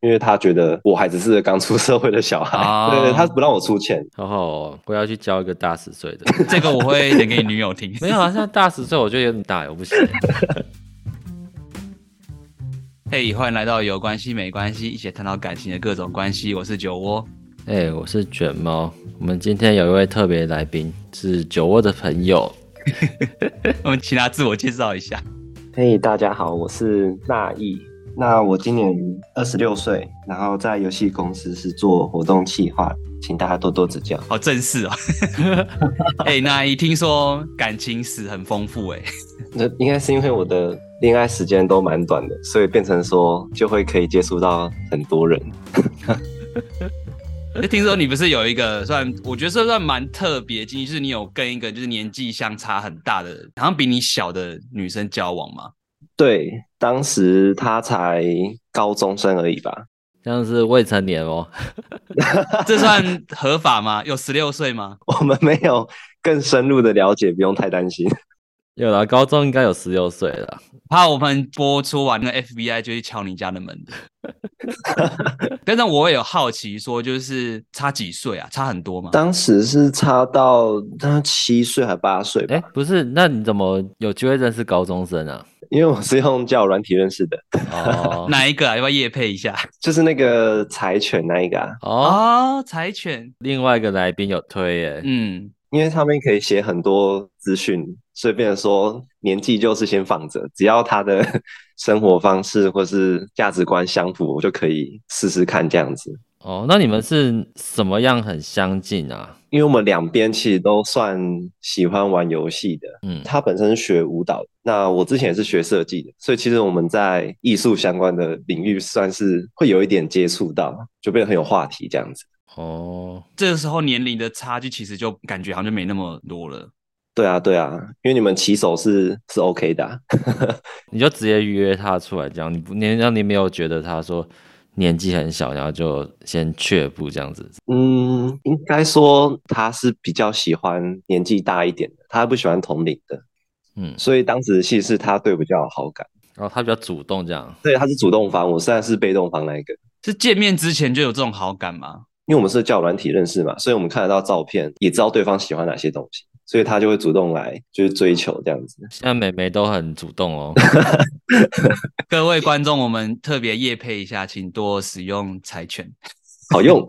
因为他觉得我还只是刚出社会的小孩，啊 对对，他不让我出钱，然后哦我要去交一个大十岁的， 这个我会演给你女友听。 没有啊，像大十岁我觉得有点大，我不 行。嘿欢迎来到有关系没关系，一起探讨感情的各种关系。我是酒窝，哎、我是卷毛，我们今天有一位特别来宾是酒窝的朋友，我们请他啊自我介绍一下。嘿大家好，我是那意。那我今年二十六岁，然后在游戏公司是做活动企划，请大家多多指教。好正式哦。哎、那一听说感情史很丰富哎、那应该是因为我的恋爱时间都蛮短的，所以变成说就会可以接触到很多人。就听说你不是有一个算，我觉得这算蛮特别的经历，就是你有跟一个就是年纪相差很大的，好像比你小的女生交往嘛？对，当时他才高中生而已吧？这样是未成年哦。 这算合法吗？有十六岁吗？我们没有更深入的了解，不用太担心。有啦，高中应该有十六岁 了。怕我们播出完，那个 FBI 就去敲你家的门的。但是我也有好奇说，就是差几岁啊？差很多吗？当时是差到他七岁还八岁吧，哎、不是，那你怎么有机会认识高中生 啊？因为我是用交友软体认识的，哦哪一个啊？要不要夜配一下？就是那个柴犬那一个啊，哦， 哦，柴犬，另外一个来宾有推耶、嗯，因为上面可以写很多资讯，所以变成说年纪就是先放着，只要他的 生活方式或是价值观相符，我就可以试试看这样子。哦，那你们是什么样很相近啊？因为我们两边其实都算喜欢玩游戏的，嗯，他本身是学舞蹈，那我之前也是学设计的，所以其实我们在艺术相关的领域算是会有一点接触到，就变得很有话题这样子。哦，这个时候年龄的差距其实就感觉好像就没那么多了。对啊，对啊，因为你们骑手是是 OK 的啊、你就直接约他出来，这样你不，你让你没有觉得他说年纪很小，然后就先却步这样子。嗯，应该说他是比较喜欢年纪大一点的，他不喜欢同龄的，嗯，所以当时其实是他对我比较有好感。然后他比较主动这样。对，他是主动方，我虽然是被动方那一个，是见面之前就有这种好感吗？ 因为我们是叫软体认识嘛，所以我们看得到照片，也知道对方喜欢哪些东西，所以他就会主动来就是追求这样子。现在美眉都很主动哦。 各位观众，我们特别夜配一下，请多使用柴犬。好用，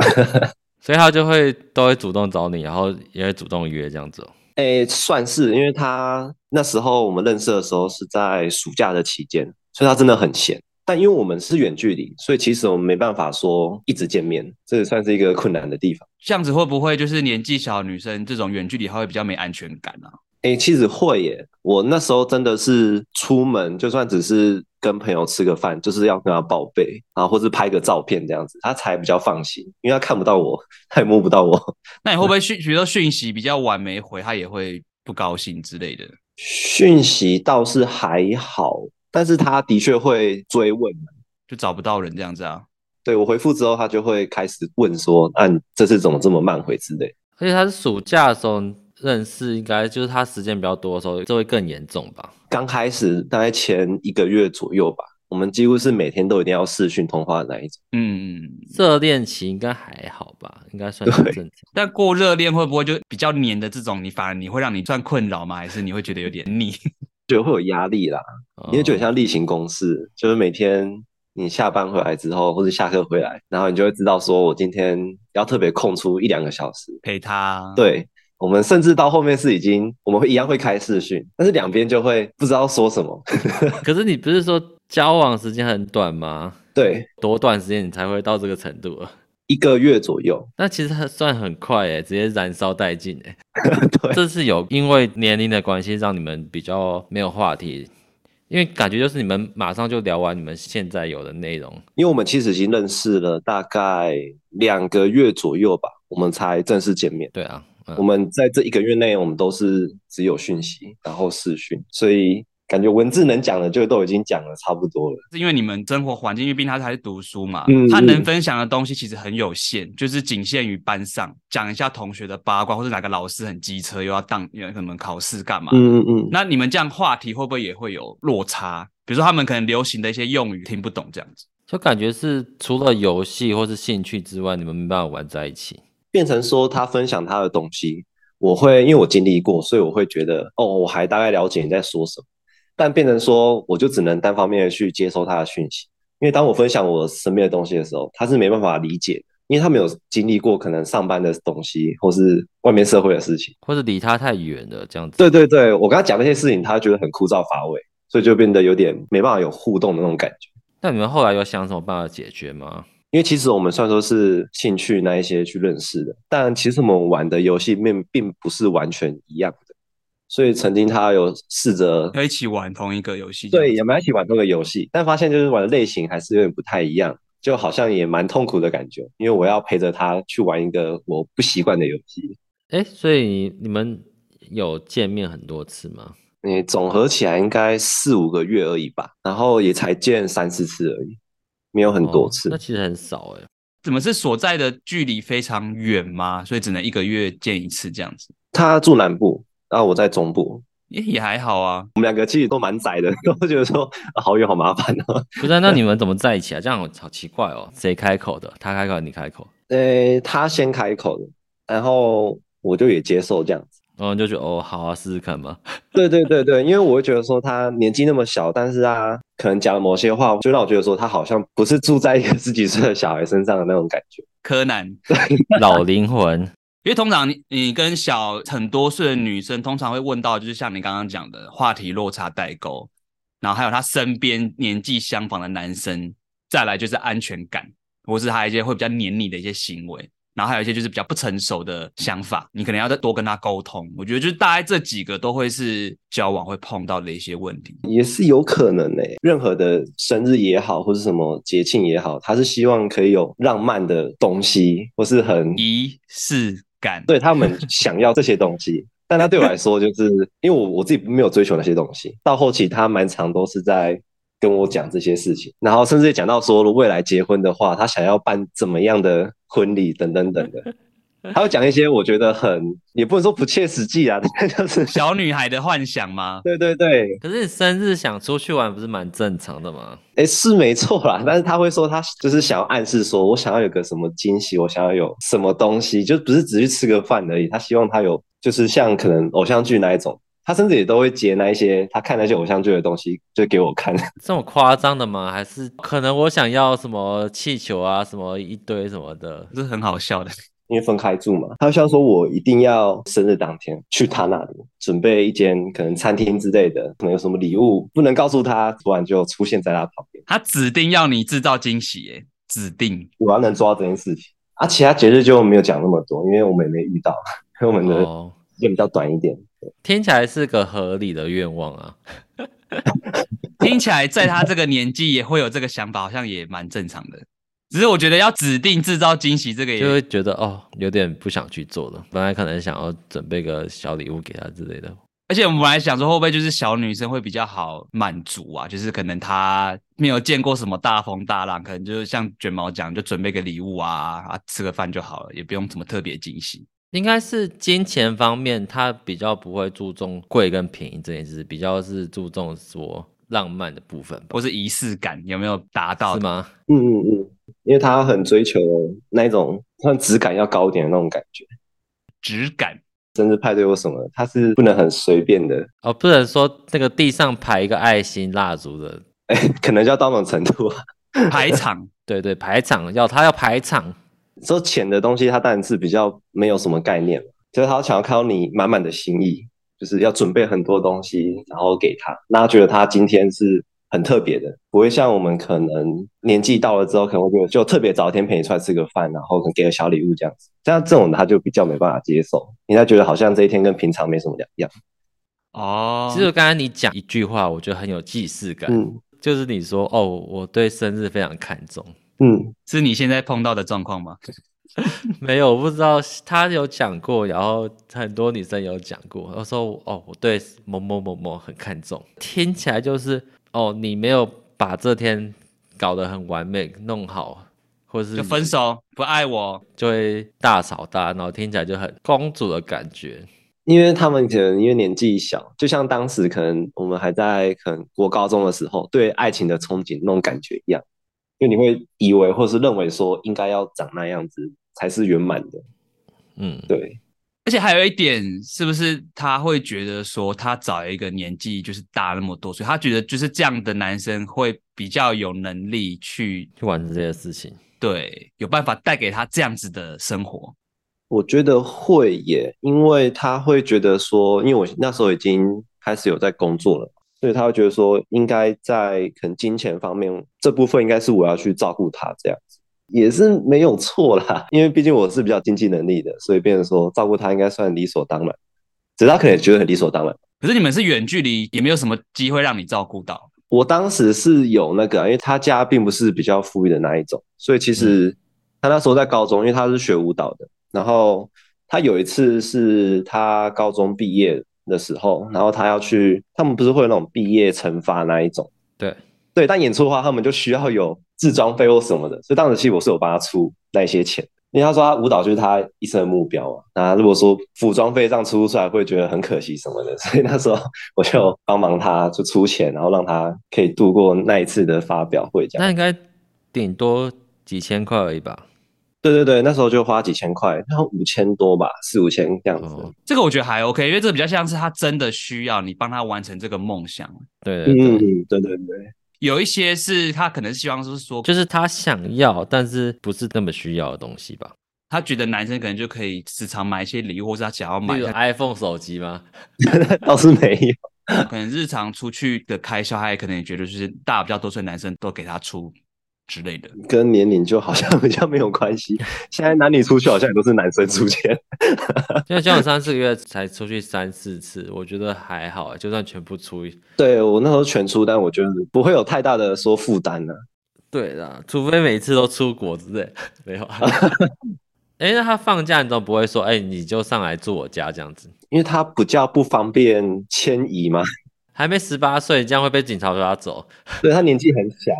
所以他就会都会主动找你，然后也会主动约这样子、哦。诶，算是，因为他那时候我们认识的时候是在暑假的期间，所以他真的很闲。但因为我们是远距离，所以其实我们没办法说一直见面，这也算是一个困难的地方。这样子会不会就是年纪小的女生这种远距离，她会比较没安全感啊？诶，其实会耶，我那时候真的是出门，就算只是跟朋友吃个饭，就是要跟他报备啊，或是拍个照片这样子，他才比较放心，因为他看不到我，他也摸不到我。 那你会不会讯，比如说讯息比较晚没回，她也会不高兴之类的？讯息倒是还好，但是他的确会追问。就找不到人这样子啊？对我回复之后，他就会开始问说：“啊，你这次怎么这么慢回之类。而且他是暑假的时候认识，应该就是他时间比较多的时候，这会更严重吧？”刚开始大概前一个月左右吧，我们几乎是每天都一定要视讯通话的那一种。嗯，热恋期应该还好吧，应该算是对正常。但过热恋会不会就比较黏的这种，你反而你会让你算困扰吗？还是你会觉得有点腻？觉得会有压力啦，因为就很哦 像例行公事，就是每天你下班回来之后，或者下课回来，然后你就会知道说我今天要特别空出一两个小时。陪啊她，，对我们甚至到后面是已经我们会一样会开视讯，但是两边就会不知道说什么。 可是你不是说交往时间很短吗？对，多短时间你才会到这个程度啊？一个月左右。那其实还算很快诶，直接燃烧殆尽诶。 对，这是有因为年龄的关系，让你们比较没有话题，因为感觉就是你们马上就聊完你们现在有的内容。因为我们其实已经认识了大概两个月左右吧，我们才正式见面。对啊，嗯我们在这一个月内，我们都是只有讯息，然后视讯，所以感觉文字能讲的就都已经讲了差不多了。是因为你们生活环境，因为毕竟她还是读书嘛，嗯她能嗯分享的东西其实很有限，就是仅限于班上，讲一下同学的八卦，或者哪个老师很机车，又要当又要什么考试干嘛？嗯嗯嗯，那你们这样话题会不会也会有落差？比如说他们可能流行的一些用语听不懂这样子，就感觉是除了游戏或是兴趣之外，你们没办法玩在一起。变成说他分享他的东西，我会因为我经历过，所以我会觉得哦，我还大概了解你在说什么。但变成说，我就只能单方面的去接收他的讯息，因为当我分享我身边的东西的时候，他是没办法理解的，因为他没有经历过可能上班的东西，或是外面社会的事情。或者离他太远了，这样子。对对对，我跟他讲那些事情，他觉得很枯燥乏味，所以就变得有点没办法有互动的那种感觉。那你们后来有想什么办法解决吗？因为其实我们虽然说是兴趣那一些去认识的，但其实我们玩的游戏面并不是完全一样的。所以曾经他有试着哎要一起玩同一个游戏。对，也蛮一起玩这个游戏，但发现就是玩的类型还是有点不太一样，就好像也蛮痛苦的感觉，因为我要陪着他去玩一个我不习惯的游戏。哎，所以你你们有见面很多次吗？你总合起来应该四五个月而已吧，然后也才见三四次而已，没有很多次。哦那其实很少哎、怎么是所在的距离非常远吗？所以只能一个月见一次这样子，他住南部，然后我在中部，也也还好啊。我们两个其实都蛮宅的， 都觉得说、啊好远好麻烦哦。 不是啊，那你们怎么在一起啊？这样好好奇怪哦，谁开口的？他开口，你开口，呃，他先开口的，然后我就也接受这样子。然后你就觉得哦，好啊，试试看吧。对对对对，因为我会觉得说他年纪那么小，但是他可能讲了某些话，就让我觉得说他好像不是住在一个十几岁的小孩身上的那种感觉。柯南，老灵魂，因为通常你你跟小很多岁的女生，通常会问到就是像你刚刚讲的话题落差代沟，然后还有她身边年纪相仿的男生，再来就是啊安全感，或是他一些会比较黏你的一些行为，然后还有一些就是比较不成熟的想法，你可能要再多跟他沟通。我觉得就是大概这几个都会是交往会碰到的一些问题。也是有可能诶、任何的生日也好，或是什么节庆也好，他是希望可以有浪漫的东西，或是很仪式感，对他们想要这些东西。但他对我来说，就是因为我我自己没有追求那些东西，到后期他蛮常都是在跟我讲这些事情，然后甚至也讲到说，如果未来结婚的话，他想要办怎么样的婚礼等等等的。他会讲一些我觉得很也不能说不切实际啊，但就是 小女孩的幻想吗？对对对，可是你生日想出去玩不是蛮正常的吗？哎，是没错啦，但是他会说他就是想要暗示说，我想要有个什么惊喜，我想要有什么东西，就不是只是吃个饭而已。他希望他有，就是像可能偶像剧那一种，他甚至也都会截那一些他看那些偶像剧的东西，就给我看。这么夸张的吗？还是可能我想要什么气球啊，什么一堆什么的？这是很好笑的。因为分开住嘛，他希望说我一定要生日当天去他那里准备一间可能餐厅之类的，可能有什么礼物不能告诉他，突然就出现在他旁边，他指定要你制造惊喜耶，指定。我要能做到这件事情。啊，其他节日就没有讲那么多，因为我们也没遇到，因为我们的哦，也比较短一点。听起来是个合理的愿望啊。 听起来在他这个年纪也会有这个想法，好像也蛮正常的。只是我觉得要指定制造惊喜，这个就也会觉得哦，有点不想去做了。本来可能想要准备个小礼物给他之类的，而且我们本来想说，会不会就是小女生会比较好满足啊？就是可能她没有见过什么大风大浪，可能就是像卷毛讲，就准备个礼物啊，啊吃个饭就好了，也不用什么特别惊喜。应该是金钱方面，他比较不会注重贵跟便宜这件事，比较是注重说浪漫的部分吧，或是仪式感有没有达到是？吗？嗯嗯嗯，因为他很追求那一种算质感要高一点的那种感觉。质感，生日派对或什么，他是不能很随便的， 哦，不能说那个地上排一个爱心蜡烛的，哎、可能就要到那种程度啊。 排 场，对对，排场要他要排场，说钱的东西，他当然是比较没有什么概念嘛，就是他想要看到你满满的心意，就是要准备很多东西，然后给他，那他觉得他今天是很特别的，不会像我们可能年纪到了之后，可能会觉得就特别找一天陪你出来吃个饭，然后可能给个小礼物这样子，像这种他就比较没办法接受，因为他觉得好像这一天跟平常没什么两样。哦，其实刚才你讲一句话，我觉得很有既视感，嗯就是你说哦，我对生日非常看重。嗯，是你现在碰到的状况吗？没有，我不知道他有讲过，然后很多女生有讲过，她说哦，我对某某某某很看重，听起来就是哦，你没有把这天搞得很完美弄好，或是就分手不爱我，就会大吵大闹，听起来就很公主的感觉。因为他们可能因为年纪小，就像当时可能我们还在可能国高中的时候，对爱情的憧憬那种感觉一样，因为你会以为或是认为说应该要长那样子才是圆满的。嗯，对，而且还有一点，是不是他会觉得说，他找一个年纪就是大那么多岁，他觉得就是这样的男生会比较有能力去去完成这些事情。对，有办法带给他这样子的生活。我觉得会耶，因为他会觉得说，因为我那时候已经开始有在工作了，所以他会觉得说，应该在可能金钱方面这部分应该是我要去照顾他这样子，也是没有错啦。因为毕竟我是比较经济能力的，所以变成说照顾他应该算理所当然，只是他可能也觉得很理所当然。可是你们是远距离，也没有什么机会让你照顾到。我当时是有那个啊，因为他家并不是比较富裕的那一种，所以其实他那时候在高中，因为他是学舞蹈的，然后他有一次是他高中毕业的时候，然后他要去，他们不是会有那种毕业惩罚那一种，对，对，但演出的话，他们就需要有制装费或什么的，所以当时其实我是有帮他出那些钱，因为他说他舞蹈就是他一生的目标嘛，那如果说服装费这样出出来，会觉得很可惜什么的， 所以那时候我就帮忙他就出钱，然后让他可以度过那一次的发表会这样。那应该顶多几千块而已吧？对对对，那时候就花几千块，然后五千多吧，四五千这样子。哦，这个我觉得还 OK，因为这个比较像是他真的需要你帮他完成这个梦想。对对对，嗯，对对对，有一些是他可能希望是说，就是他想要，但是不是那么需要的东西吧？他觉得男生可能就可以时常买一些礼物，或是他想要买例如 iPhone 手机吗？ 倒是没有。可能日常出去的开销，他也可能也觉得就是大比较多岁男生都给他出之类的。跟年龄就好像比较没有关系。现在男女出去好像也都是男生出钱。因为交往三四个月才出去三四次，我觉得还好，欸就算全部出，对我那时候全出，但我觉得不会有太大的说负担啊呢。对啦，除非每次都出国之类，没有啊。 哎、那他放假你总不会说，哎、你就上来住我家这样子？因为他比较不方便迁移嘛，还没十八岁，这样会被警察抓走。对他年纪很小，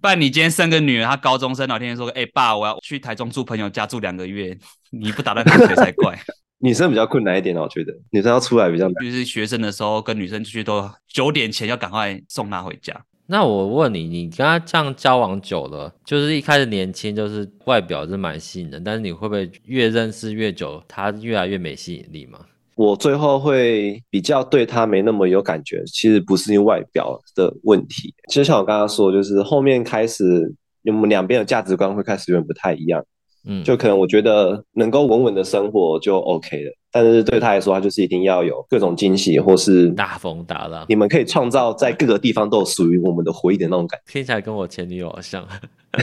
不然你今天生个女儿，她高中生，然后天天说，哎、爸，我要去台中住朋友家住两个月，你不打断她学才怪。 女生比较困难一点啊，我觉得女生要出来比较难。就是学生的时候跟女生出去都九点前要赶快送她回家。那我问你，你跟他这样交往久了，就是一开始年轻，就是外表是蛮吸引人，但是你会不会越认识越久，他越来越没吸引力嘛？我最后会比较对他没那么有感觉，其实不是因为外表的问题，就像我刚刚说，就是后面开始我们两边的价值观会开始有点不太一样。嗯，就可能我觉得能够稳稳的生活就 OK 了，但是对他来说，他就是一定要有各种惊喜，或是大风大浪，你们可以创造在各个地方都有属于我们的回忆的那种感觉。听起来跟我前女友好像。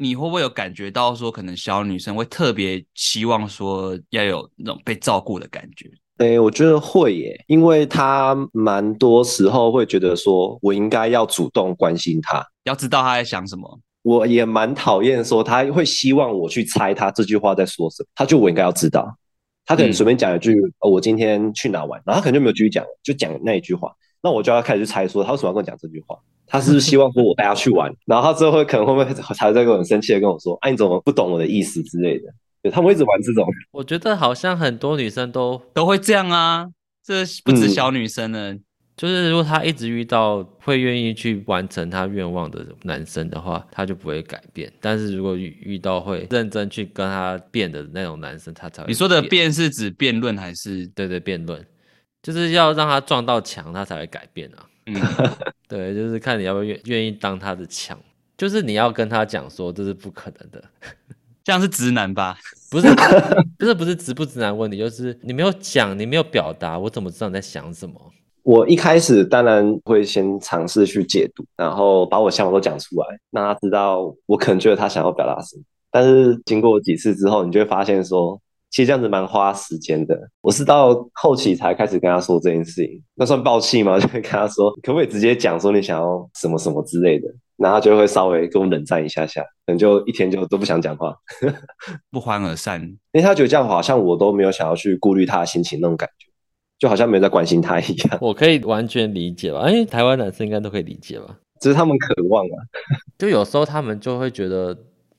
你会不会有感觉到说，可能小女生会特别希望说要有那种被照顾的感觉？诶、我觉得会耶，因为他蛮多时候会觉得说我应该要主动关心他，要知道她在想什么。我也蛮讨厌说他会希望我去猜他这句话在说什么，他就我应该要知道。他可能随便讲一句、哦，我今天去哪玩，然后他可能就没有继续讲了，就讲那一句话，那我就要开始去猜说他为什么要跟我讲这句话，他是不是希望说我带他去玩， 然后他最后会可能会不会才在跟我很生气的跟我说，哎、你怎么不懂我的意思之类的，对他们会一直玩这种，我觉得好像很多女生都都会这样啊，这不止嗯小女生了，就是如果她一直遇到会愿意去完成她愿望的男生的话，她就不会改变。但是如果遇遇到会认真去跟她辩的那种男生，她才会你说的变，辩是指辩论还是？对对，辩论就是要让她撞到墙，她才会改变啊。嗯，对，就是看你要不要愿愿意当她的墙，就是你要跟她讲说这是不可能的，这样是直男吧？ 不是 不是不是直不直男问题，就是你没有讲，你没有表达，我怎么知道你在想什么？我一开始当然会先尝试去解读，然后把我想法都讲出来，让他知道我可能觉得他想要表达什么。但是经过几次之后，你就会发现说，其实这样子蛮花时间的。我是到后期才开始跟他说这件事情，那算爆气吗？就会跟他说，可不可以直接讲说你想要什么什么之类的，然后他就会稍微跟我冷战一下下，可能就一天就都不想讲话，不欢而散。因为他觉得这样好像我都没有想要去顾虑他的心情那种感觉，就好像没有在关心他一样，我可以完全理解吧，因为台湾男生应该都可以理解吧。只是他们渴望啊。就有时候他们就会觉得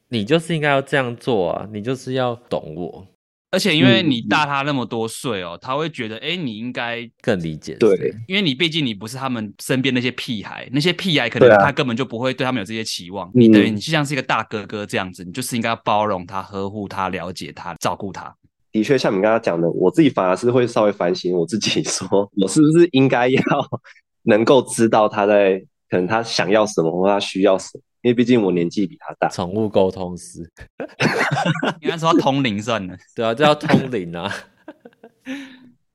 你就是应该要这样做啊，你就是要懂我。而且因为嗯你大他那么多岁哦，他会觉得，哎，你应该，更理解对谁因为你毕竟你不是他们身边那些屁孩，那些屁孩可能对啊他根本就不会对他们有这些期望，嗯你等于你就像是一个大哥哥这样子，你就是应该要包容他、呵护他、了解他、照顾他。 的确，像你刚刚讲的，我自己反而是会稍微反省我自己 说，我是不是应该要 能够知道他在可能他想要什么或他需要什么，因为毕竟我年纪比他大。宠物沟通师，应该说他通灵算了，对啊，这叫通灵啊。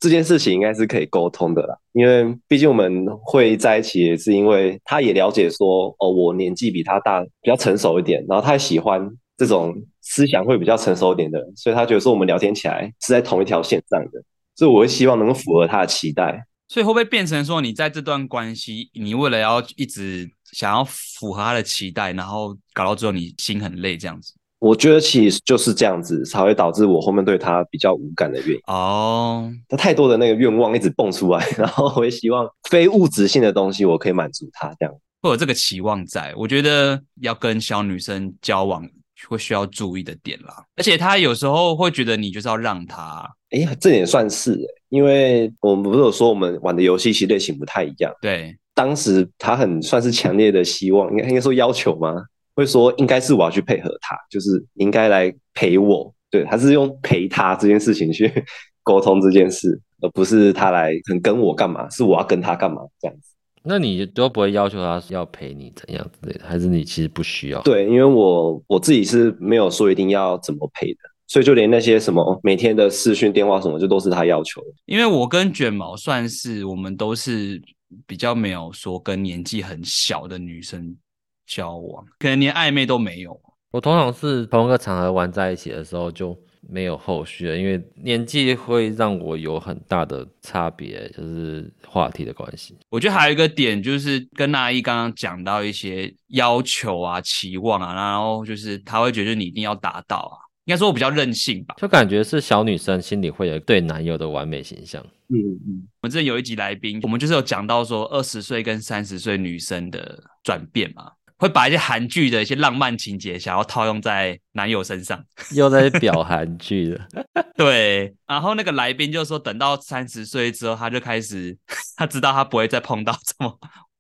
这件事情应该是可以沟通的啦，因为毕竟我们会在一起，也是因为他也了解说，哦，我年纪比他大，比较成熟一点，然后他也喜欢这种思想会比较成熟一点的人，所以他觉得说我们聊天起来是在同一条线上的，所以我会希望能够符合他的期待。所以会不会变成说，你在这段关系，你为了要一直想要符合他的期待，然后搞到最后你心很累这样子？我觉得其实就是这样子，才会导致我后面对他比较无感的原因。哦、他太多的那个愿望一直蹦出来， 然后我也希望非物质性的东西我可以满足他，这样。会有这个期望在。我觉得要跟小女生交往会需要注意的点啦，而且她有时候会觉得你就是要让她，哎、这点算是、欸，因为我们不是有说我们玩的游戏其实类型不太一样。对，当时他很算是强烈的希望，应该应该说要求吗？会说应该是我要去配合他，就是你应该来陪我。对，他是用陪他这件事情去 沟通这件事，而不是他来很跟我干嘛，是我要跟他干嘛这样子。那你都不会要求他要陪你怎样之类的，还是你其实不需要？对，因为我我自己是没有说一定要怎么配的，所以就连那些什么哦每天的视讯电话什么，就都是他要求的。因为我跟卷毛算是我们都是比较没有说跟年纪很小的女生交往，可能连暧昧都没有。我通常是同一个场合玩在一起的时候就没有后续了，因为年纪会让我有很大的差别，就是话题的关系。我觉得还有一个点就是跟那一刚刚讲到一些要求啊、期望啊，然后就是他会觉得你一定要达到啊。应该说我比较任性吧。就感觉是小女生心里会有对男友的完美形象，嗯嗯，我们之前有一集来宾，我们就是有讲到说二十岁跟三十岁女生的转变嘛，会把一些韩剧的一些浪漫情节想要套用在男友身上。又在表韩剧了。对，然后那个来宾就说，等到三十岁之后，他就开始 他知道他不会再碰到这么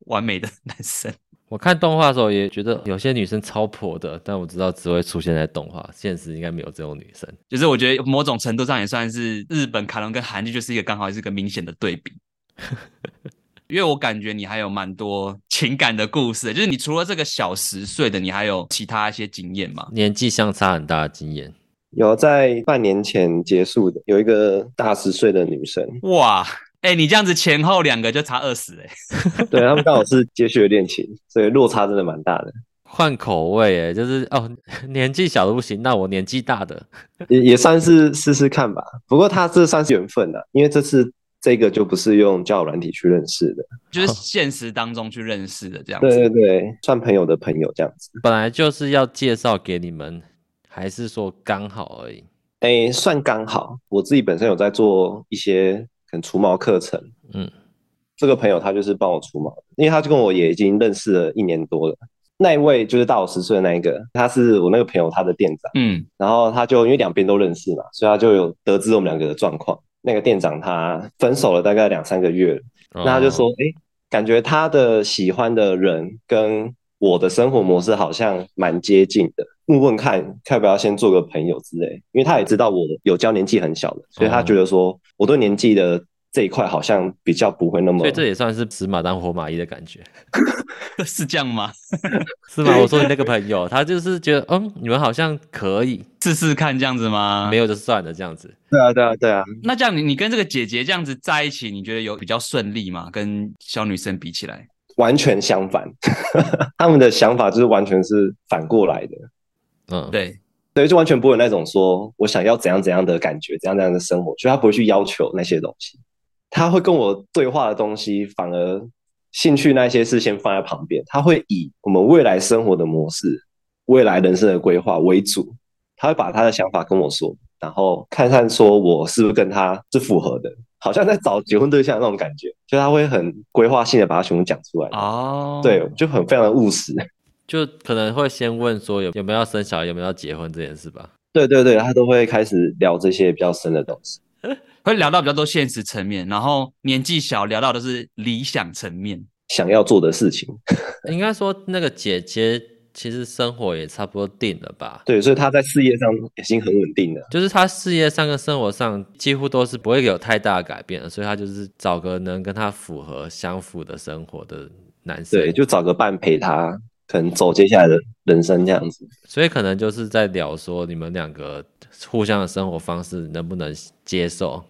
完美的男生。我看动画的时候也觉得有些女生超婆的，但我知道只会出现在动画，现实应该没有这种女生。就是我觉得某种程度上也算是日本卡通跟韩剧就是一个刚好是一个明显的对比。因为我感觉你还有蛮多情感的故事，就是你除了这个小十岁的，你还有其他一些经验吗？年纪相差很大的经验，有在半年前结束的，有一个大十岁的女生，哇，哎、你这样子前后两个就差二十哎，对他们刚好是接续的恋情，所以落差真的蛮大的，换口味诶，就是哦， 年纪小的不行，那我年纪大的，也也算是试试看吧。不过他这算是缘分啊，因为这次这个就不是用交友软体去认识的，就是现实当中去认识的这样子。对对对，算朋友的朋友这样子。本来就是要介绍给你们，还是说刚好而已？诶，哎算刚好，我自己本身有在做一些可能除毛课程，嗯，这个朋友他就是帮我除毛，因为他就跟我也已经认识了一年多了。那一位就是大我十岁的那一个，他是我那个朋友他的店长，嗯， 然后他就因为两边都认识嘛，所以他就有得知我们两个的状况。那个店长他分手了大概两三个月了，那他就说哦，，哎、感觉他的喜欢的人跟我的生活模式好像蛮接近的，问问看，要不要先做个朋友之类。因为他也知道我有教年纪很小的，所以他觉得说我对年纪的这一块好像比较不会那么所以这也算是死马当活马医的感觉，是这样吗？是吗？我说你那个朋友，他就是觉得，嗯，你们好像可以，试试看这样子吗？没有。有就算了这样子。对啊，对啊，对啊。那这样你你跟这个姐姐这样子在一起，你觉得有比较顺利吗？跟小女生比起来，完全相反， 他们的想法就是完全是反过来的，嗯，对，对，就完全不会有那种说我想要怎样怎样的感觉，怎样怎样的生活，就他不会去要求那些东西，他会跟我对话的东西，反而兴趣那些事先放在旁边，他会以我们未来生活的模式、未来人生的规划为主，他会把他的想法跟我说，然后看看说我是不是跟他是符合的，好像在找结婚对象那种感觉，就他会很规划性的把他全部讲出来，哦，对，就很非常的务实。 就可能会先问说有有没有要生小孩，有没有要结婚这件事吧。对对对，他都会开始聊这些比较深的东西。会聊到比较多现实层面，然后年纪小聊到的是理想层面。想要做的事情， 应该说那个姐姐其实生活也差不多定了吧，对，所以他在事业上已经很稳定了。就是她事业上跟生活上几乎都是不会有太大的改变的，所以她就是找个能跟她符合相符的生活的男生。对，就找个伴陪他，可能走接下来的人生这样子。所以可能就是在聊说你们两个互相的生活方式能不能接受。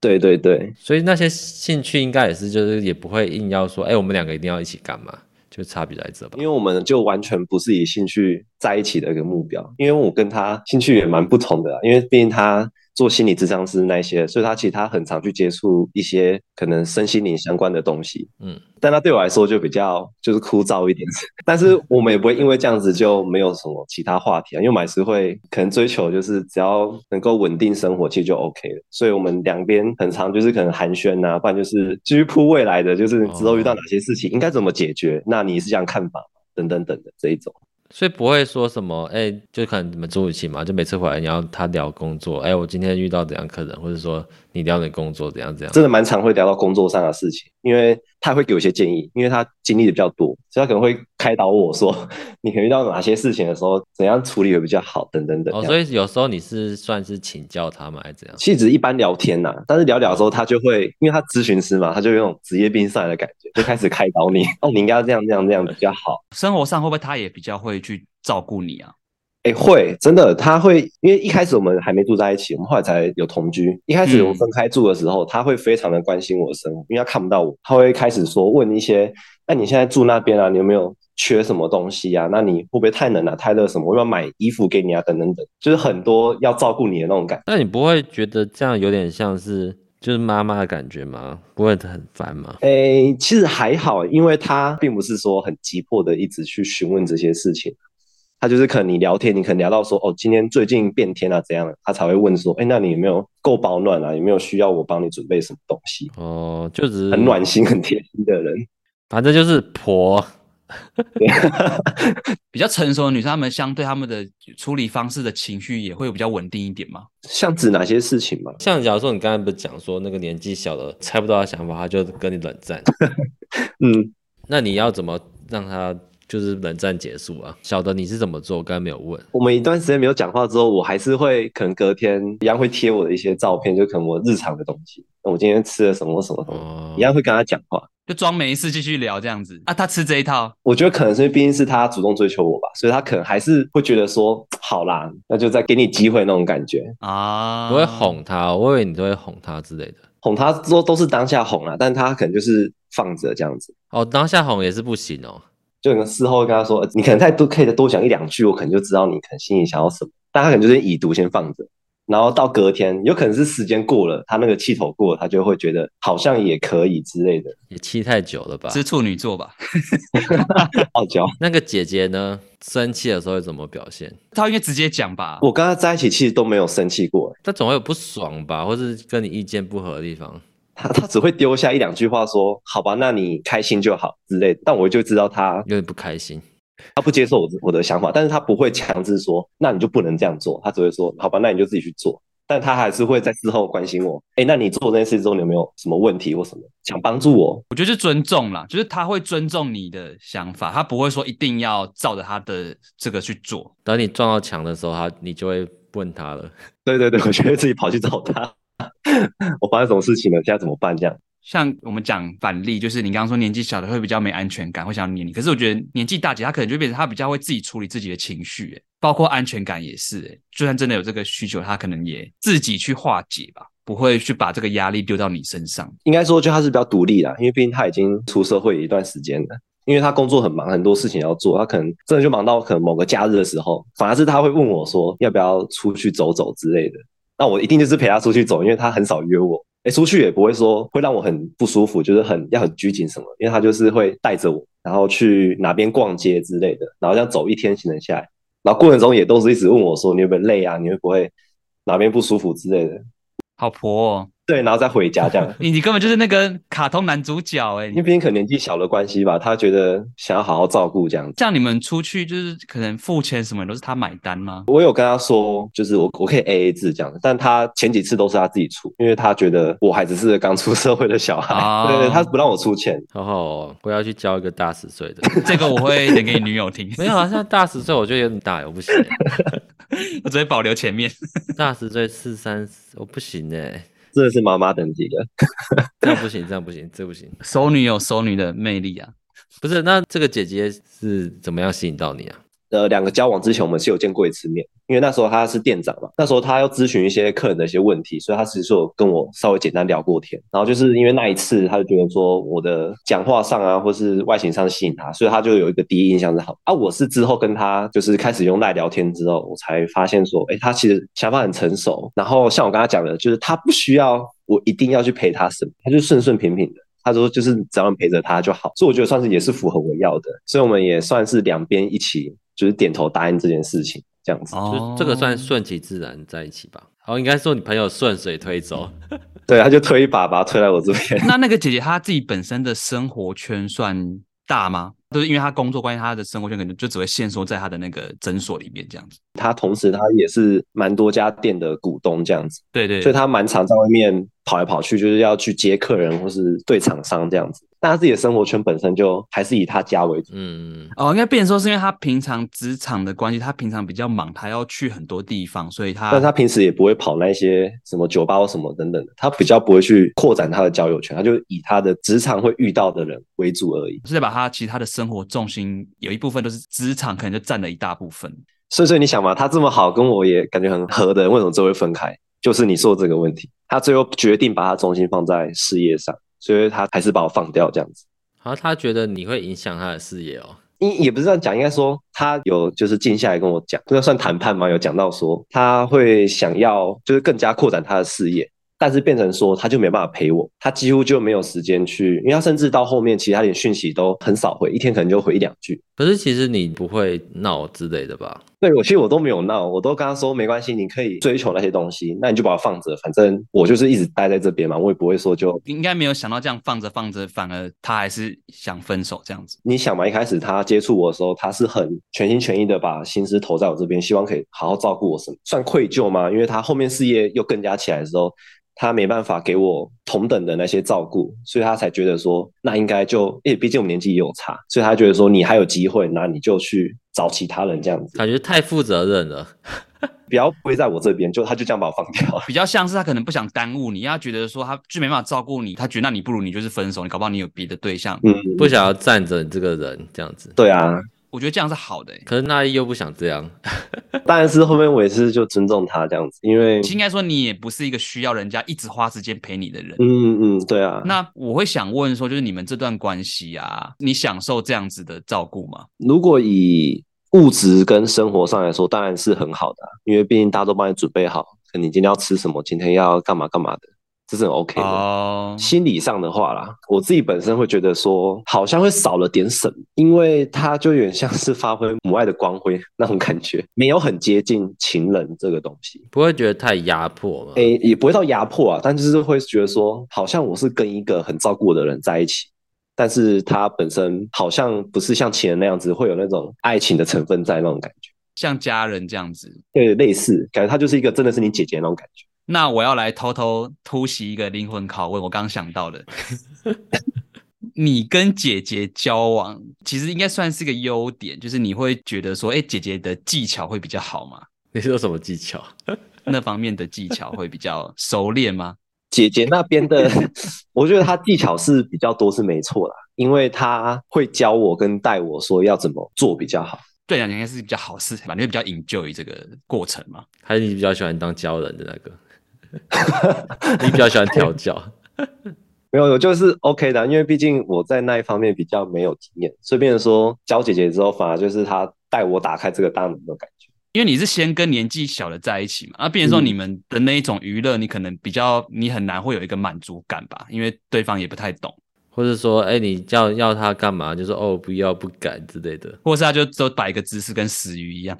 对对对，所以那些兴趣应该也是，就是也不会硬要说，哎、我们两个一定要一起干嘛，就差别在这吧因。为我们就完全不是以兴趣在一起的一个目标，因为我跟他兴趣也蛮不同的啊、因为毕竟他做心理智商师那些，所以他其实他很常去接触一些可能身心灵相关的东西，嗯嗯，但他对我来说就比较就是枯燥一点，但是我们也不会因为这样子就没有什么其他话题啊，因为我们还是会可能追求就是只要能够稳定生活，其实就 OK 了，所以我们两边很常就是可能寒暄啊，不然就是继续铺未来的，就是之后遇到哪些事情、应该怎么解决，那你是这样看法吗？等等等的这一种。所以不会说什么，哎、就可能你们住一起嘛，就每次回来你要他聊工作，哎、我今天遇到怎样客人，或者说你聊你工作怎样怎样。真的蛮常会聊到工作上的事情，因为他会给我一些建议，因为他经历的比较多，所以他可能会开导我说， 你可能遇到哪些事情的时候，怎样处理会比较好，等等等哦，这样。所以有时候你是算是请教他们还是怎样？气质一般聊天呐、但是聊聊的时候，他就会，因为他咨询师嘛，他就有那种职业病上来的感觉，就开始开导你， 哦，你应该要这样这样这样比较好。生活上会不会他也比较会去照顾你啊？哎、会真的，他会，因为一开始我们还没住在一起，我们后来才有同居。一开始我们分开住的时候，他会非常的关心我的生活，因为他看不到我，他会开始说问一些，那你现在住那边啊，你有没有缺什么东西啊？那你会不会太冷啊、太热什么？我要不要买衣服给你啊，等等等，就是很多要照顾你的那种感觉。那你不会觉得这样有点像是就是妈妈的感觉吗？不会很烦吗？诶、其实还好，因为他并不是说很急迫的一直去询问这些事情，他就是可能你聊天，你可能聊到说，哦，今天最近变天了、怎样，他才会问说，哎、那你有没有够保暖啊？有没有需要我帮你准备什么东西？哦，就只是很暖，心、很贴心的人，反正就是婆。比较成熟的女生，她们相对她们的处理方式的情绪也会比较稳定一点嘛。像指哪些事情嘛？像假如说你刚才不是讲说那个年纪小的猜不到他想法，他就跟你冷战，嗯，那你要怎么让他就是冷战结束啊？小的你是怎么做？我刚才没有问。我们一段时间没有讲话之后，我还是会可能隔天一样会贴我的一些照片，就可能我日常的东西，那我今天吃了什么什么什么，哦一，样会跟他讲话。就装没事继续聊这样子啊，她吃这一套，我觉得可能是因为毕竟是他主动追求我吧，所以他可能还是会觉得说，好啦，那就再给你机会那种感觉。啊，不会哄他，我以为你都会哄他之类的。哄他都都是当下哄啦，但他可能就是放着这样子，哦，当下哄也是不行哦。就可能事后会跟他说，呃你可能再多可以再多讲一两句，我可能就知道你可能心里想要什么。但他可能就是已读先放着，然后到隔天，有可能是时间过了，他那个气头过了，他就会觉得好像也可以之类的， 也气太久了吧？是处女座吧？傲娇。那个姐姐呢？生气的时候会怎么表现？她应该直接讲吧？我跟他在一起其实都没有生气过、欸她总会有不爽吧，或是跟你意见不合的地方。他他只会丢下一两句话说，好吧，那你开心就好之类的。但我就知道他有点不开心。他不接受我的我的想法，但是他不会强制说，那你就不能这样做，他只会说，好吧，那你就自己去做。但他还是会在事后关心我，哎，那你做这件事之后，你有没有什么问题或什么想帮助我？ 我觉得是尊重啦，就是她会尊重你的想法，她不会说一定要照着她的这个去做。等你撞到墙的时候，她你就会问她了。 对对对，我觉得自己跑去找他， 我发生什么事情了？现在怎么办？这样像我们讲反例，就是你刚刚说年纪小的会比较没安全感，会想要黏你。可是我觉得年纪大姐她可能就变成她比较会自己处理自己的情绪、欸，包括安全感也是、欸。就算真的有这个需求，她可能也自己去化解吧，不会去把这个压力丢到你身上。应该说，就他是比较独立啦，因为毕竟他已经出社会一段时间了。因为他工作很忙，很多事情要做，他可能真的就忙到可能某个假日的时候，反而是他会问我说要不要出去走走之类的。那我一定就是陪他出去走，因为他很少约我。哎，出去也不会说会让我很不舒服，就是很要很拘谨什么，因为他就是会带着我，然后去哪边逛街之类的，然后这样走一天行程下来，然后过程中也都是一直问我说你会不会累啊，你会不会哪边不舒服之类的。好婆哦，对，然后再回家这样。你你根本就是那个卡通男主角哎、因为你毕竟可能年纪小的关系吧，他觉得想要好好照顾这样子。像你们出去就是可能付钱什么都是他买单吗？我有跟他说，就是我我可以 A A 制这样子，但他前几次都是他自己出，因为他觉得我还只是刚出社会的小孩，哦对对，他不让我出钱。然后哦我要去交一个大十岁的， 这个我会演给你女友听， 没有啊，现在大十岁我觉得有点大，我不行、欸我只会保留前面。大十岁四三，我不行哎、真的是妈妈等级的，这样不行，这样不行，这不行。熟女有熟女的魅力啊，不是，那这个姐姐是怎么样吸引到你啊？呃，两个交往之前我们是有见过一次面，因为那时候他是店长嘛，那时候他要咨询一些客人的一些问题，所以他其实有跟我稍微简单聊过天。然后就是因为那一次，他就觉得说我的讲话上啊，或是外形上吸引他，所以他就有一个第一印象是好啊。我是之后跟他就是开始用赖聊天之后，我才发现说，哎，他其实想法很成熟。然后像我刚刚讲的，就是他不需要我一定要去陪他什么，他就顺顺平平的。他说就是只要你陪着他就好，所以我觉得算是也是符合我要的，所以我们也算是两边一起就是点头答应这件事情这样哦子。就是这个算顺其自然在一起吧。哦，应该说你朋友顺水推舟，对，他就推一把把他推来我这边。 那那个姐姐她自己本身的生活圈算大吗？就是因为她工作关系，她的生活圈可能就只会限缩在她的那个诊所里面这样子。他同时他也是蛮多家店的股东这样子，对对所以他蛮常在外面跑来跑去，就是要去接客人或是对厂商这样子。但他自己的生活圈本身就还是以他家为主。嗯，哦，应该变成说是因为她平常职场的关系，她平常比较忙，她要去很多地方，所以她但是他平时也不会跑那些什么酒吧或什么等等的，他比较不会去扩展他的交友圈，他就以他的职场会遇到的人为主而已。是在把她其他的生活重心有一部分都是职场，可能就占了一大部分。所以，所以你想嘛，他这么好，跟我也感觉很合的，为什么最后会分开？就是你说这个问题，他最后决定把他重心放在事业上，所以他还是把我放掉这样子。好，他觉得你会影响他的事业哦。也也不是这样讲，应该说他有就是静下来跟我讲，这个算谈判吗？有讲到说他会想要就是更加扩展他的事业，但是变成说他就没办法陪我，他几乎就没有时间去，因为他甚至到后面其实他连讯息都很少回，一天可能就回一两句。可是其实你不会闹之类的吧？对我其实我都没有闹，我都跟他说没关系，你可以追求那些东西，那你就把它放着，反正我就是一直待在这边嘛，我也不会说就应该没有想到这样放着放着，反而她还是想分手这样子。你想嘛，一开始他接触我的时候，他是很全心全意的把心思投在我这边，希望可以好好照顾我什么，算愧疚吗？因为他后面事业又更加起来的时候，他没办法给我同等的那些照顾，所以他才觉得说，那应该就，因为毕竟我们年纪也有差，所以他觉得说你还有机会，那你就去找其他人这样子，感觉太负责任了。不要归在我这边，就他就这样把我放掉 了。比较像是他可能不想耽误你，他觉得说他就没办法照顾你，他觉得那你不如你就是分手，你搞不好你有别的对象。嗯，不想要站着你这个人这样子。对啊，我觉得这样是好的、欸。可是那又不想这样，当然是后面我也是就尊重他这样子，因为其实应该说你也不是一个需要人家一直花时间陪你的人。嗯嗯，对啊， 那我会想问说，就是你们这段关系啊，你享受这样子的照顾吗？如果以物质跟生活上来说，当然是很好的啊、因为毕竟大家都帮你准备好，可能你今天要吃什么，今天要干嘛干嘛的，这是很 OK 的。哦心理上的话啦，我自己本身会觉得说，好像会少了点什么，因为它就有点像是发挥母爱的光辉那种感觉，没有很接近情人这个东西。不会觉得太压迫吗？诶、也不会到压迫啊，但就是会觉得说，好像我是跟一个很照顾我的人在一起，但是他本身好像不是像情人那样子，会有那种爱情的成分在那种感觉，像家人这样子。对，类似感觉他就是一个真的是你姐姐那种感觉。那我要来偷偷突袭一个灵魂拷问，我刚想到的。你跟姐姐交往，其实应该算是一个优点，就是你会觉得说，哎、姐姐的技巧会比较好嘛，你说什么技巧？那方面的技巧会比较熟练吗？姐姐那边的，我觉得她技巧是比较多，是没错啦，因为她会教我跟带我说要怎么做比较好。对你来讲应该是比较好事吧，你会比较 enjoy 这个过程嘛。还是你比较喜欢当教人的那个？ 你比较喜欢调教？没有，我就是 OK 的啊，因为毕竟我在那一方面比较没有经验，所以变成说教姐姐之后，反而就是她带我打开这个大门的感觉。因为你是先跟年纪小的在一起嘛，那变成嗯说你们的那一种娱乐，你可能比较你很难会有一个满足感吧，因为对方也不太懂。或者说，哎、你叫要他干嘛？就说哦，不要，不敢之类的。或是他就只有摆一个姿势，跟死鱼一 样，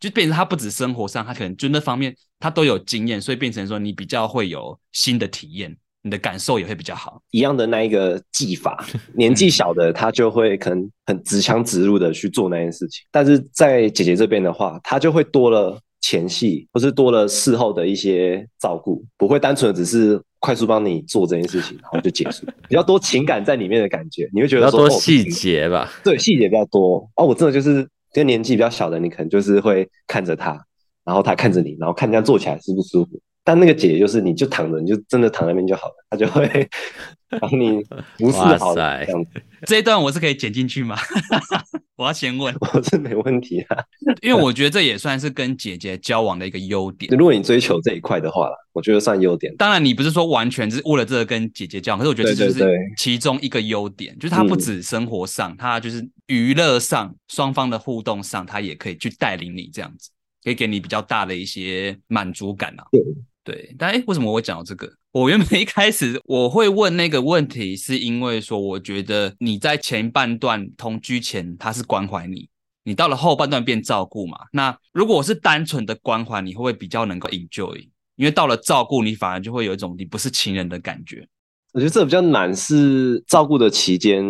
就变成他不止生活上，他可能就那方面他都有经验，所以变成说你比较会有新的体验，你的感受也会比较好。一样的那一个技 法，年纪小的他就会可能很直枪直入的去做那件事情，但是在姐姐这边的话，她就会多了前戏，或是多了事后的一些照顾，不会单纯的只是快速帮你做这件事情，然后就结束，比较多情感在里面的感觉，你会觉比得较说多哦细节吧，对细节比较多哦。我真的就是跟年纪比较小的，你可能就是会看着他，然后他看着你，然后看这样做起来舒不舒服。但那个姐姐就是，你就躺着，你就真的躺在那边就好了，她就会 帮你服侍好哇塞这样子，这一段我是可以剪进去吗？ 我要先问，我是没问题啊。因为我觉得这也算是跟姐姐交往的一个优点。如果你追求这一块的话啦，我觉得算优点。当然，你不是说完全是为了这个跟姐姐交往，可是我觉得这对就对对嗯是其中一个优点，就是他不止生活上，他就是娱乐上，双方的互动上，他也可以去带领你这样子，可以给你比较大的一些满足感啊。对对，但哎、为什么我会讲到这个？我原本一开始我会问那个问题，是因为说我觉得你在前半段同居前他是关怀你，你到了后半段变照顾嘛。那如果我是单纯的关怀，你会不会比较能够 enjoy？因为到了照顾，你反而就会有一种你不是情人的感觉。我觉得这比较难是照顾的期间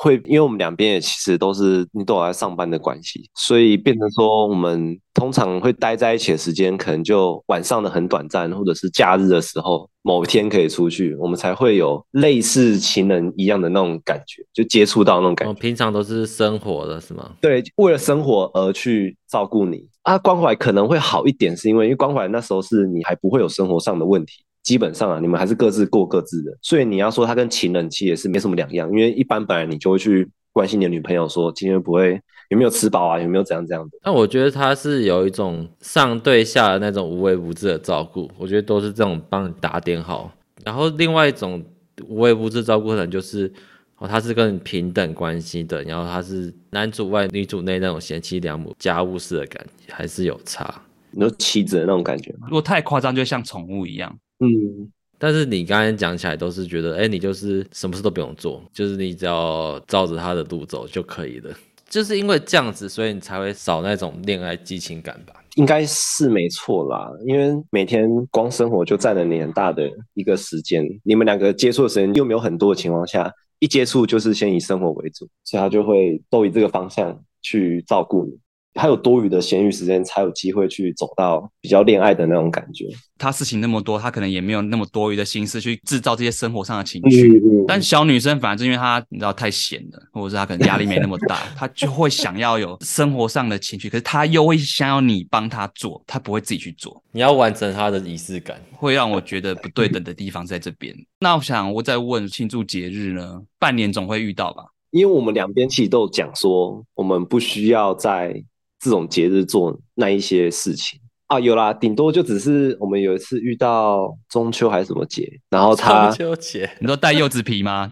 会，因为我们两边也其实都是你都有在上班的关系，所以变成说我们通常会待在一起的时间，可能就晚上的很短暂，或者是假日的时候某一天可以出去，我们才会有类似情人一样的那种感觉，就接触到那种感我、觉。哦平常都是生活的是吗？对，为了生活而去照顾你啊，关怀可能会好一点，是因为因为关怀那时候是你还不会有生活上的问题，基本上啊，你们还是各自过各自的，所以你要说它跟情人其实也是没什么两样，因为一般本来你就会去关心你的女朋友说今天不会有没有吃饱啊，有没有怎样怎样的，但我觉得他是有一种上对下的那种无微不至的照顾，我觉得都是这种帮你打点好。然后另外一种无微不至照顾，可能就是哦，他是跟你平等关系的，然后他是男主外女主内那种贤妻良母家务事的感觉，还是有差。你说妻子的那种感觉嘛，如果太夸张，就会像宠物一样。嗯，但是你刚才讲起来都是觉得，哎、你就是什么事都不用做，就是你只要照着他的路走就可以了。就是因为这样子，所以你才会少那种恋爱激情感吧？应该是没错啦，因为每天光生活就占了你很大的一个时间，你们两个接触的时间又没有很多的情况下，一接触就是先以生活为主，所以他就会都以这个方向去照顾你，还有多余的闲余时间才有机会去走到比较恋爱的那种感觉。她事情那么多，她可能也没有那么多余的心思去制造这些生活上的情绪。嗯但小女生反而是因为她你知道太闲了，或者是她可能压力没那么大，她就会想要有生活上的情绪，可是她又会想要你帮她做，她不会自己去做，你要完成他的仪式感。会让我觉得不对等的地方在这边。那我想我再问，庆祝节日呢，嗯半年总会遇到吧？因为我们两边其实都有讲说，我们不需要在这种节日做那一些事情啊。有啦，顶多就只是我们有一次遇到中秋还是什么节，然后他中秋节，你说带柚子皮吗？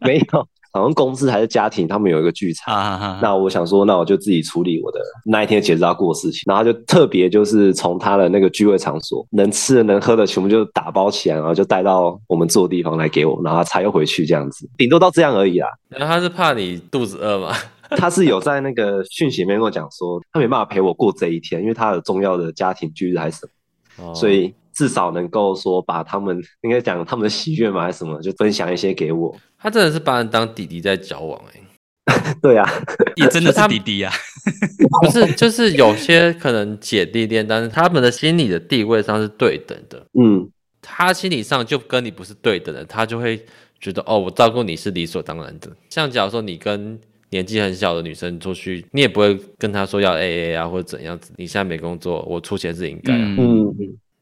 没有，好像公司还是家庭，他们有一个聚餐。啊哈 哈，那我想说，那我就自己处理我的那一天节日要过的事情，然后就特别就是从他的那个聚会场所，能吃的能喝的全部就打包起来，然后就带到我们住的地方来给我，然后他才又回去这样子，顶多到这样而已啦。然后他是怕你肚子饿嘛？他是有在那个讯息里面跟我讲说，他没办法陪我过这一天，因为他有重要的家庭聚日还是什么，哦所以至少能够说把他们应该讲他们的喜悦嘛还是什么，就分享一些给我。 他真的是把你当弟弟在交往哎、对啊，也真的是弟啊弟呀、不是，就是有些可能姐弟恋，但是他们的心理的地位上是对等的，嗯，他心理上就跟你不是对等的，他就会觉得哦，我照顾你是理所当然的。像假如说你跟年纪很小的女生出去，你也不会跟她说要 A A 啊或者怎样子，你现在没工作，我出钱是应该、啊。嗯嗯，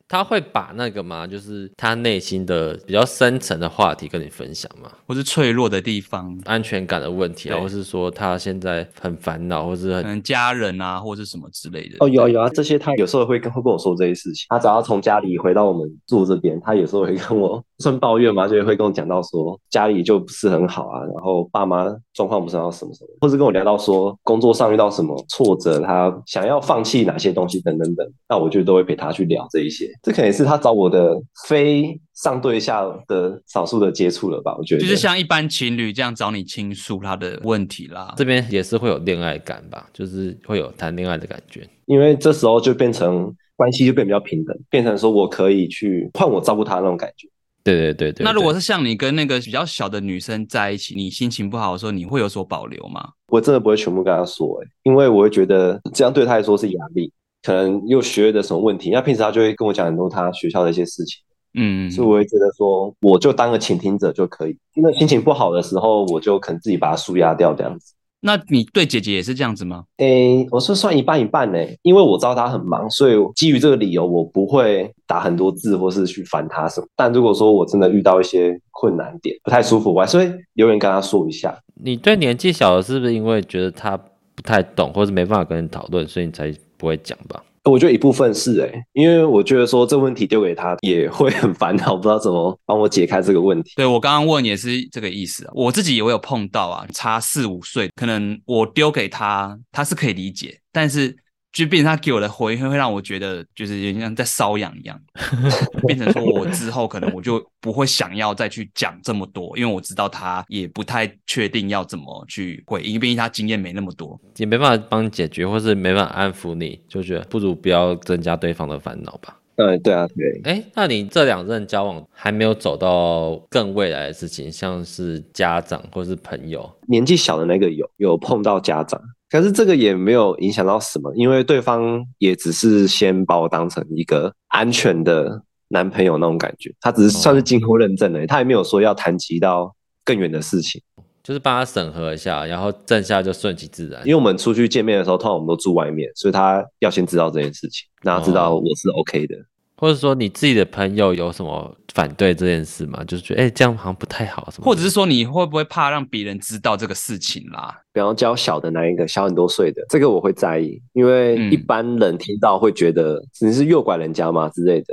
他会把那个嘛，就是他内心的比较深层的话题跟你分享嘛，或是脆弱的地方，安全感的问题啊，对或是说他现在很烦恼，或是可很能家人啊，或是什么之类的。哦，有啊有啊，这些他有时候会跟会跟我说这些事情。他只要从家里回到我们住这边，他有时候会跟我算抱怨嘛，就会跟我讲到说家里就不是很好啊，然后爸妈状况不是到什么什么，或是跟我聊到说工作上遇到什么挫折，他想要放弃哪些东西等等等，那我就都会陪他去聊这一些。这可能也是他找我的非上对下的少数的接触了吧？我觉得就是像一般情侣这样找你倾诉他的问题啦。这边也是会有恋爱感吧，就是会有谈恋爱的感觉。因为这时候就变成关系就变比较平等，变成说我可以去换我照顾他那种感觉。对对对对。那如果对是像你跟那个比较小的女生在一起，你心情不好的时候，你会有所保留吗？我真的不会全部跟他说、欸，因为我会觉得这样对他来说是压力，可能又学业的什么问题。那平时他就会跟我讲很多他学校的一些事情，嗯，所以我会觉得说，我就当个倾听者就可以。因为心情不好的时候，我就可能自己把它舒压掉这样子。那你对姐姐也是这样子吗？诶、我是算一半一半呢、欸因为我知道他很忙，所以基于这个理由，我不会打很多字或是去烦他什么。但如果说我真的遇到一些困难点，不太舒服，我还是会留言跟他说一下。你对年纪小的，是不是因为觉得他不太懂，或者没办法跟你讨论，所以你才不会讲吧？我觉得一部分是诶、因为我觉得说这问题丢给他也会很烦恼，不 知道怎么帮我解开这个问题。对我刚刚问也是这个意思啊，我自己也会有碰到啊，差四五岁，可能我丢给他，他是可以理解，但是就变成他给我的回应会让我觉得就是有点像在瘙痒一样，变成说我之后可能我就不会想要再去讲这么多，因为我知道他也不太确定要怎么去回应，毕竟他经验没那么多。也没办法帮你解决，或是没办法安抚你，就觉得不如不要增加对方的烦恼吧。嗯，对啊，对。哎，那你这两任交往还没有走到更未来的事情，像是家长或是朋友，年纪小的那个有有碰到家长，可是这个也没有影响到什么，因为对方也只是先把我当成一个安全的男朋友那种感觉，他只是算是经婚认证的，他也没有说要谈及到更远的事情。就是帮他审核一下，然后剩下就顺其自然因。为我们出去见面的时候，通常我们都住外面，所以他要先知道这件事情，那他知道我是 OK 的。或者说你自己的朋友有什么反对这件事吗？就是觉得哎、这样好像不太好什么的，或者是说你会不会怕让别人知道这个事情啦？比方教小的那一个，小很多岁的，这个我会在意，因为嗯一般人听到会觉得你是诱拐人家嘛之类的。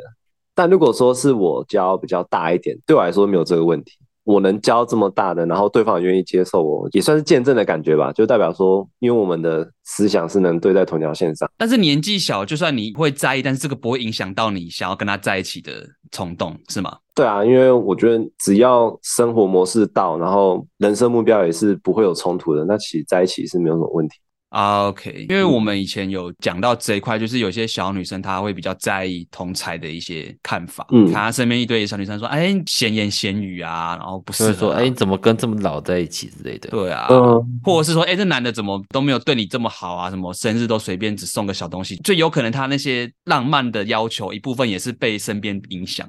但如果说是我教比较大一点，对我来说没有这个问题。我能教这么大的，然后对方也愿意接受我，也算是见证的感觉吧，就代表说，因为我们的思想是能对在同条线上。但是年纪小，就算你会在意，但是这个不会影响到你想要跟他在一起的冲动，是吗？对啊，因为我觉得只要生活模式到，然后人生目标也是不会有冲突的，那其实在一起是没有什么问题。啊，OK，因为我们以前有讲到这一块，就是有些小女生她会比较在意同才的一些看法，嗯看她身边一堆小女生说，哎，闲言闲语啊，然后不就是是说哎、哎你，怎么跟这么老在一起之类的。对啊，嗯，或者是说，哎，这男的怎么都没有对你这么好啊，什么生日都随便只送个小东西，就有可能他那些浪漫的要求，一部分也是被身边影响。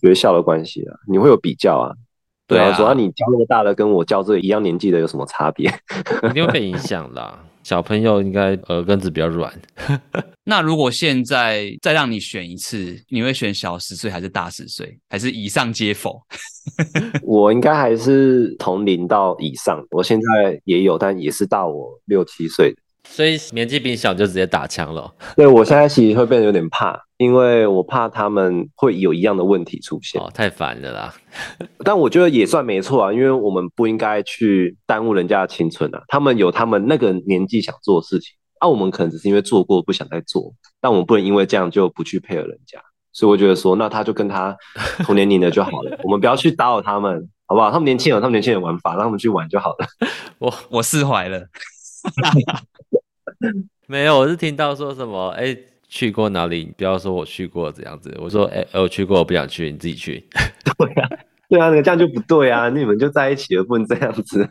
学校的关系啊，你会有比较啊。对啊啊，主要你教那么大的跟我教这一样年纪的有什么差别？ 一定会被影响啦。小朋友应该耳根子比较软，那如果现在再让你选一次，你会选小十岁还是大十岁，还是以上皆否？ 我应该还是同龄到以上，我现在也有，但也是大我六七岁的。所以年纪比你小就直接打枪了。对我现在其实会变得有点怕，因为我怕他们会有一样的问题出现。哦，太烦了啦。但我觉得也算没错啊，因为我们不应该去耽误人家的青春啊。他们有他们那个年纪想做的事情，啊，我们可能只是因为做过不想再做，但我们不能因为这样就不去配合人家。所以我觉得说，那他就跟他同年龄的就好了，我们不要去打扰他们，好不好？他们年轻有他们年轻人的玩法，让他们去玩就好了。 我我释怀了。没有，我是听到说什么哎、去过哪里？不要说我去过这样子。我说哎、呃我去过，我不想去，你自己去。对啊，那这样就不对啊，你们就在一起了，不能这样子。啊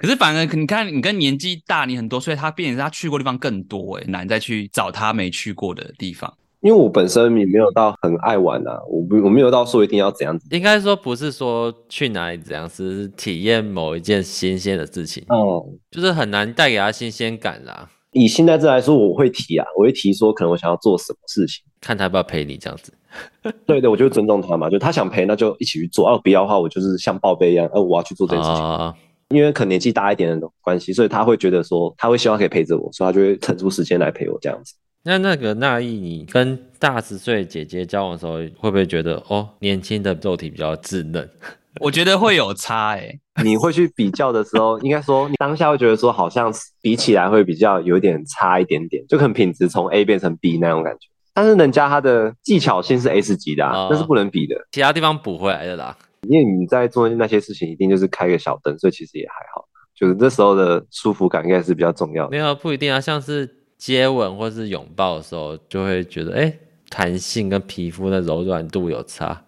可是反而你看，你跟年纪大你很多，所以他变成是他去过的地方更多，哎，难再去找他没去过的 地方。因为我本身也没有到很爱玩啊，我不我没有到说一定要怎样子。 应该说不是说去哪里怎样，只是体验某一件新鲜的事情，哦、就是很难带给他新鲜感啦。以现在这来说，我会提啊，我会提说可能我想要做什么事情。看他要不要陪你这样子。对的，我就尊重他嘛，就他想陪，那就一起去做；啊，不要的话，我就是像报备一样，呃，我要去做这件事情。啊、因为可能年纪大一点的关系，所以他会觉得说，他会希望可以陪着我，所以他就会腾出时间来陪我这样子。那那个那意，你跟大十岁姐姐交往的时候，会不会觉得哦，年轻的肉体比较稚嫩？我觉得会有差哎、 你会去比较的时候，应该说你当下会觉得说好像比起来会比较有点差一点点，就可能品质从 A 变成 B 那种感觉。但是人家他的技巧性是 S 级的、啊哦，那是不能比的。其他地方补回来的啦。因为你在做那些事情，一定就是开个小灯，所以其实也还好。就是这时候的舒服感应该是比较重要的没。有不一定啊，像是接吻或是拥抱的时候，就会觉得哎，弹性跟皮肤的柔软度有差。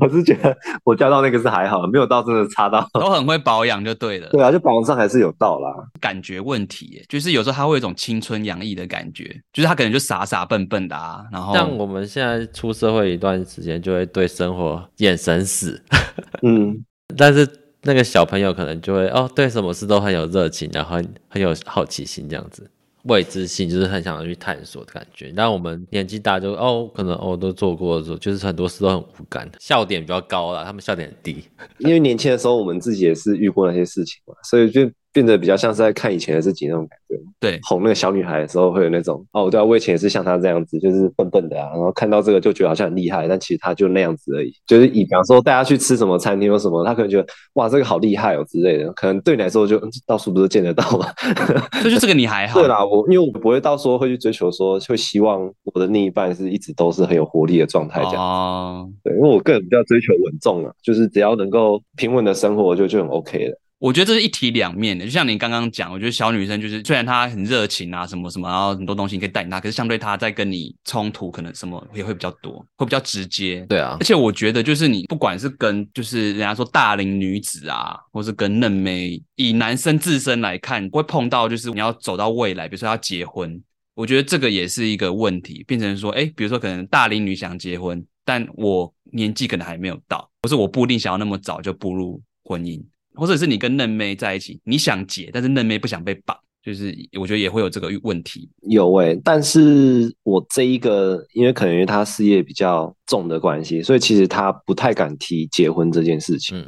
我是觉得我教到那个是还好，没有到真的差到。都很会保养就对了。对啊，就保养上还是有到 啦。感觉问题耶、就是有时候他会有一种青春洋溢的感觉，就是他可能就傻傻笨笨的啊，然后像我们现在出社会一段时间，就会对生活眼神死， 嗯，但是那个小朋友可能就会哦，对什么事都很有热情，然后很很有好奇心这样子。未知性就是很想要去探索的感觉，但我们年纪大就哦，可能哦都做过的时候，就是很多事都很无感，笑点比较高啦，他们笑点很低。因为年轻的时候我们自己也是遇过那些事情嘛，所以就变得比较像是在看以前的自己那种感觉。对哄那个小女孩的时候会有那种哦，对啊，我以前也是像她这样子，就是笨笨的啊，然后看到这个就觉得好像很厉害，但其实她就那样子而已。就是以比方说带她去吃什么餐厅或什么，她可能觉得哇这个好厉害哦之类的，可能对你来说就嗯到处不是见得到嘛。 所以就这个你还好，哦对啦，我因为我不会到时候会去追求说，会希望我的另一半是一直都是很有活力的状态这样。哦，对，因为我个人比较追求稳重啊，就是只要能够平稳的生活就就很 OK 了。我觉得这是一体两面的，就像你刚刚讲，我觉得小女生就是虽然她很热情啊，什么什么，然后很多东西你可以带领她，可是相对她在跟你冲突，可能什么也会比较多，会比较直接。对啊而，且我觉得就是你不管是跟就是人家说大龄女子啊，或是跟嫩妹，以男生自身来看，会碰到就是你要走到未来，比如说要结婚，我觉得这个也是一个问题，变成说，哎，比如说可能大龄女想结婚，但我年纪可能还没有到，或是我不一定想要那么早就步入婚姻，或者是你跟嫩妹在一起，你想结，但是嫩妹不想被绑，就是我觉得也会有这个问题。有诶、但是我这一个，因为可能因为他事业比较重的关系，所以其实他不太敢提结婚这件事情。嗯，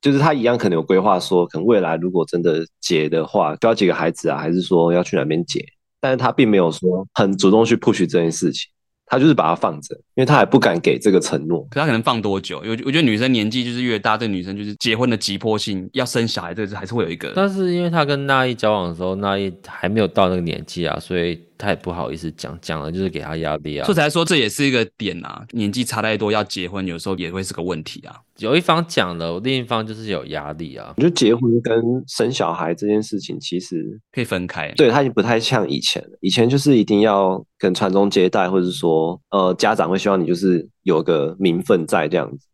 就是他一样可能有规划说，可能未来如果真的结的话，要几个孩子啊，还是说要去哪边结？但是他并没有说很主动去 push 这件事情，他就是把它放着，因为他还不敢给这个承诺。可她可能放多久？我我觉得女生年纪就是越大，对女生就是结婚的急迫性，要生小孩这个还是会有一个。但是因为他跟那一交往的时候，那一还没有到那个年纪啊，所以他也不好意思讲，讲了就是给他压力啊所以。才说这也是一个点啊，年纪差太多要结婚，有时候也会是个问题啊。有一方讲了，另一方就是有压力啊。我觉得结婚跟生小孩这件事情，其实可以分开，对他已经不太像以前了。以前就是一定要跟传宗接代，或者是说，呃，家长会希望你就是有个名分在这样子。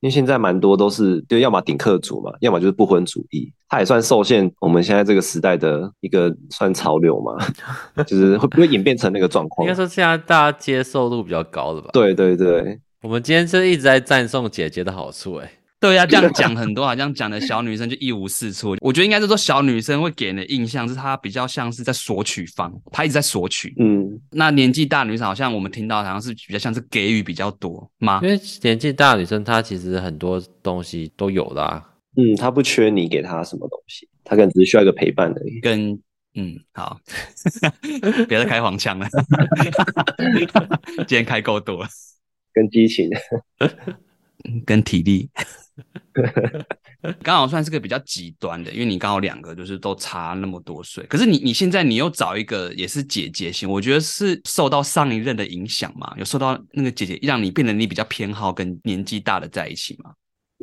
因为现在蛮多都是，就要么顶客族嘛，要么就是不婚主义，它也算受限我们现在这个时代的一个算潮流 嘛，就是会不会演变成那个状应况该？说现在大家接受度比较高了吧？，对对对，我们今天就一直在赞颂姐姐的好处、欸，哎，对啊，这样讲很多，好像讲的小女生就一无是处。我觉得应该是说小女生会给人的印象是她比较像是在索取方，她一直在索取。嗯，那年纪大的女生好像我们听到好像是比较像是给予比较多吗因？为年纪大的女生她其实很多东西都有啦。嗯，他不缺你给他什么东西，他可能只是需要一个陪伴而已。跟嗯，好， 别再开黄腔了，今天开够多了，跟激情， 跟体力。 刚好算是个比较极端的，因为你刚好两个就是都差那么多岁，可是你你现在你又找一个也是姐姐型，我觉得是受到上一任的影响嘛，有受到那个姐姐让你变得你比较偏好跟年纪大的在一起嘛？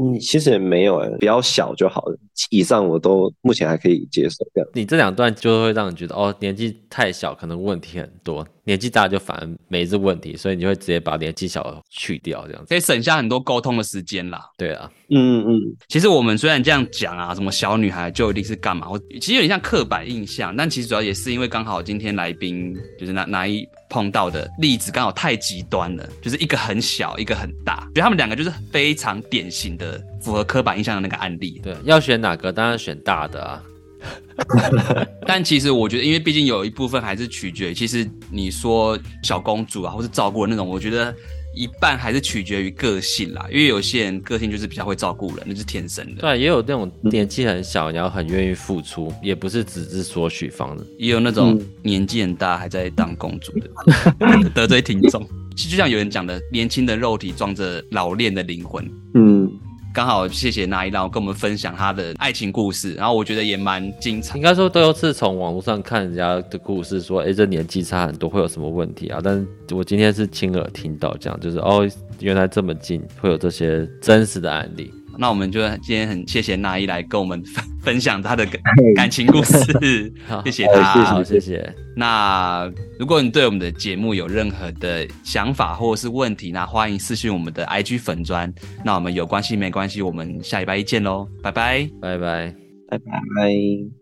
嗯，其实也没有、欸，比较小就好了。以上我都目前还可以接受这样。你这两段就会让你觉得哦，年纪太小可能问题很多，年纪大就反而没这问题，所以你会直接把年纪小的去掉这样子。可以省下很多沟通的时间啦。对啊，嗯嗯，其实我们虽然这样讲啊，什么小女孩就一定是干嘛，我其实有点像刻板印象，但其实主要也是因为刚好今天来宾就是哪哪一碰到的例子刚好太极端了，就是一个很小，一个很大，觉得他们两个就是非常典型的符合刻板印象的那个案例。对，啊要选哪个当然选大的啊。但其实我觉得，因为毕竟有一部分还是取决于，其实你说小公主啊，或是照顾的那种，我觉得。一半还是取决于个性啦，因为有些人个性就是比较会照顾人，那是天生的。对啊，也有那种年纪很小，然后很愿意付出，也不是只是索取方的。也有那种嗯年纪很大还在当公主的， 得罪听众。其实就像有人讲的，年轻的肉体装着老练的灵魂。嗯，刚好谢谢那一让我跟我们分享他的爱情故事，然后我觉得也蛮精彩应。该说都是从网络上看人家的故事说，诶，这年纪差很多会有什么问题啊？但是我今天是亲耳听到这样，就是哦，原来这么近会有这些真实的案例。那我们就今天很谢谢那一来跟我们分分享他的感感情故 事，好谢谢哎他好，。谢谢，那如果你对我们的节目有任何的想法或者是问题，那欢迎私信我们的 IG 粉砖。那我们有关系没关系，我们下礼拜一见喽，拜拜。拜拜。拜拜。